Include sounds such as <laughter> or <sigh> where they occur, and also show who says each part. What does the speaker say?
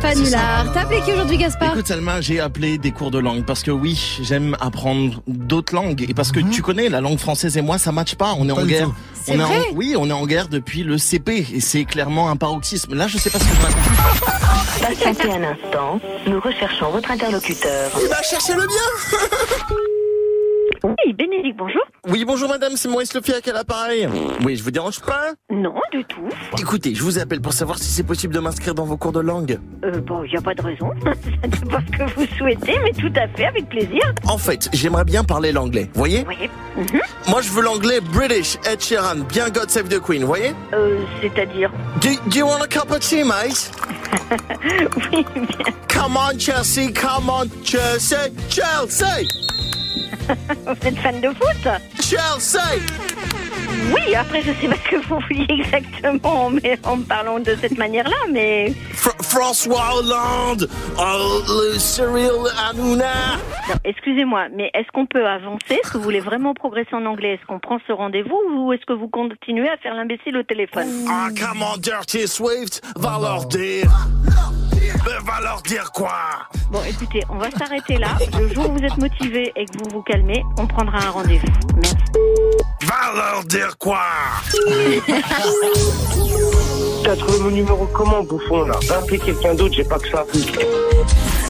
Speaker 1: canular. T'as appelé qui aujourd'hui, Gaspard
Speaker 2: Écoute Salma, j'ai appelé des cours de langue parce que oui, j'aime apprendre d'autres langues et parce que tu connais la langue française et moi ça matche pas, on
Speaker 3: Mhm.
Speaker 2: est
Speaker 3: Pas
Speaker 2: en
Speaker 3: du
Speaker 2: guerre.
Speaker 3: tout.
Speaker 1: C'est
Speaker 2: On est en,
Speaker 1: vrai
Speaker 2: oui, on est en guerre depuis le CP et c'est clairement un paroxysme. Là, je sais pas ce que je raconte.
Speaker 4: Patientez un instant, nous recherchons votre interlocuteur.
Speaker 2: Il va chercher le bien.
Speaker 4: Oui, Bénédicte, bonjour.
Speaker 2: Oui, bonjour madame, c'est Maurice Lefiac à quel appareil Oui, je vous dérange pas
Speaker 4: Non, du tout.
Speaker 2: Écoutez, je vous appelle pour savoir si c'est possible de m'inscrire dans vos cours de langue.
Speaker 4: Euh, bon, il n'y a pas de raison. <laughs> Ça dépend ce que vous souhaitez, mais tout à fait, avec plaisir.
Speaker 2: En fait, j'aimerais bien parler l'anglais, voyez
Speaker 4: Oui.
Speaker 2: Moi, je veux l'anglais British, Ed Sheeran, bien God Save the Queen, voyez
Speaker 4: Euh, C'est-à-dire <laughs>
Speaker 2: do, do you want a cup of tea, mate
Speaker 4: Oui, bien.
Speaker 2: Come on, Chelsea, come on, Chelsea, Chelsea,
Speaker 4: Vous êtes fan de foot
Speaker 2: Chelsea
Speaker 4: Oui, après, je sais pas ce que vous vouliez exactement mais en me parlant de cette manière-là, mais...
Speaker 2: Fr- François Hollande, oh, le Cyril Hanouna.
Speaker 4: Non, Excusez-moi, mais est-ce qu'on peut avancer Est-ce que vous voulez vraiment progresser en anglais Est-ce qu'on prend ce rendez-vous ou est-ce que vous continuez à faire l'imbécile au téléphone
Speaker 2: Ah, come on, Dirty Swift, va leur dire. Mais va leur dire quoi
Speaker 4: Bon, écoutez, on va s'arrêter là. Le jour où vous êtes motivé et que vous vous calmez, on prendra un rendez-vous. Merci.
Speaker 2: Va leur dire quoi
Speaker 5: T'as trouvé mon numéro comment, bouffon, là Va appeler quelqu'un d'autre, j'ai pas que ça.